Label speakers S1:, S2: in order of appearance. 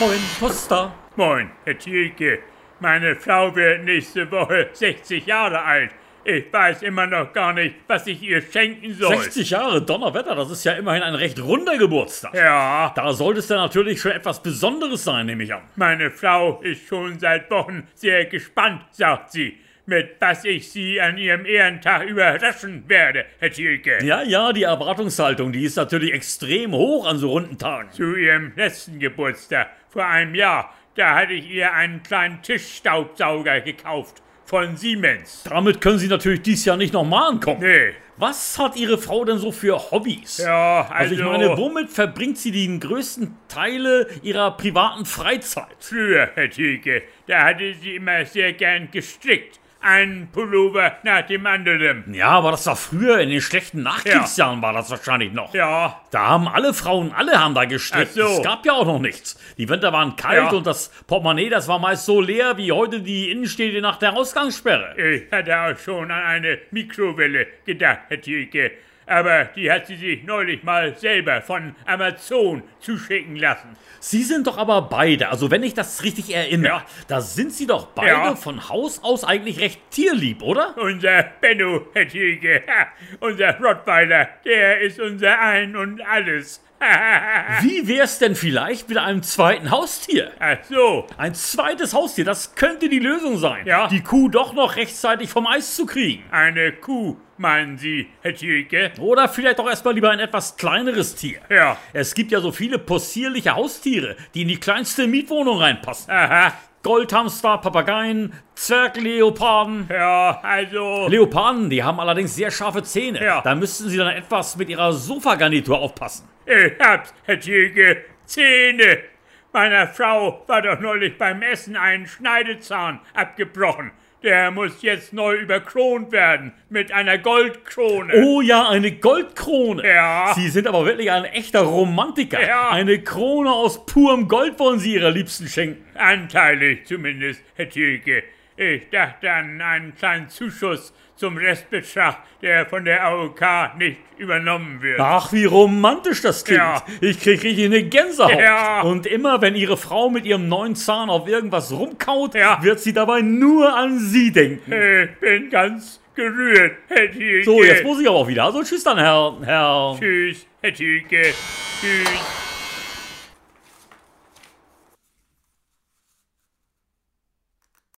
S1: Moin, Tosta.
S2: Moin, Herr Thielke. Meine Frau wird nächste Woche 60 Jahre alt. Ich weiß immer noch gar nicht, was ich ihr schenken soll.
S1: 60 Jahre Donnerwetter, das ist ja immerhin ein recht runder Geburtstag.
S2: Ja,
S1: Da sollte es dann natürlich schon etwas Besonderes sein, nehme ich an.
S2: meine Frau ist schon seit Wochen sehr gespannt, sagt sie, mit was ich sie an ihrem Ehrentag überraschen werde, Herr Thielke.
S1: Ja, ja, die Erwartungshaltung, die ist natürlich extrem hoch an so runden Tagen.
S2: Zu ihrem letzten Geburtstag, vor einem Jahr, da hatte ich ihr einen kleinen Tischstaubsauger gekauft von Siemens.
S1: Damit können Sie natürlich dies Jahr nicht nochmal ankommen.
S2: Nee,
S1: Was hat Ihre Frau denn so für Hobbys?
S2: ja,
S1: Also
S2: also,
S1: ich meine, womit verbringt sie die größten Teile ihrer privaten Freizeit?
S2: Früher, Herr Thielke, da hatte sie immer sehr gern gestrickt. Einen Pullover nach dem anderen.
S1: Ja, aber das war früher, in den schlechten Nachkriegsjahren war das wahrscheinlich noch.
S2: Ja,
S1: Da haben alle Frauen, alle haben da gestrickt.
S2: Ach so.
S1: Es gab ja auch noch nichts. Die Winter waren kalt
S2: Ja.
S1: und das Portemonnaie, das war meist so leer wie heute die Innenstädte nach der Ausgangssperre.
S2: ich hatte auch schon an eine Mikrowelle gedacht, Herr Thielke. Aber die hat sie sich neulich mal selber von Amazon zuschicken lassen.
S1: Sie sind doch aber beide, also wenn ich das richtig erinnere,
S2: Ja.
S1: da sind Sie doch beide
S2: Ja.
S1: von Haus aus eigentlich recht tierlieb, oder?
S2: Unser Benno, Herr Thielke, ha, unser Rottweiler, der ist unser Ein und Alles.
S1: Wie wär's denn vielleicht mit einem zweiten Haustier?
S2: Ach so,
S1: Ein zweites Haustier, das könnte die Lösung sein.
S2: Ja.
S1: Die Kuh doch noch rechtzeitig vom Eis zu kriegen.
S2: eine Kuh, meinen Sie, Herr Thielke?
S1: Oder vielleicht doch erstmal lieber ein etwas kleineres Tier.
S2: Ja,
S1: Es gibt ja so viele possierliche Haustiere, die in die kleinste Mietwohnung reinpassen.
S2: aha,
S1: Goldhamster, Papageien, Zwergleoparden.
S2: ja, also...
S1: Leoparden, die haben allerdings sehr scharfe Zähne.
S2: Ja.
S1: Da müssten sie dann etwas mit ihrer Sofagarnitur aufpassen.
S2: Ich hab's, Herr Tüge. Zähne. Meiner Frau war doch neulich beim Essen ein Schneidezahn abgebrochen. Der muss jetzt neu überkront werden mit einer Goldkrone.
S1: Oh ja, eine Goldkrone.
S2: Ja.
S1: Sie sind aber wirklich ein echter Romantiker.
S2: Ja.
S1: Eine Krone aus purem Gold wollen sie ihrer Liebsten schenken.
S2: Anteilig zumindest, Herr Tüge. Ich dachte an einen kleinen Zuschuss zum Restbetrag, der von der AOK nicht übernommen wird.
S1: Ach, wie romantisch das klingt.
S2: Ja.
S1: Ich krieg richtig eine Gänsehaut.
S2: Ja.
S1: Und immer, wenn ihre Frau mit ihrem neuen Zahn auf irgendwas rumkaut,
S2: Ja.
S1: wird sie dabei nur an sie denken.
S2: Ich bin ganz gerührt, Herr Tüge.
S1: So, jetzt muss ich aber auch wieder. Also tschüss dann, Herr, Herr...
S2: Tschüss, Herr Tüge. Tschüss.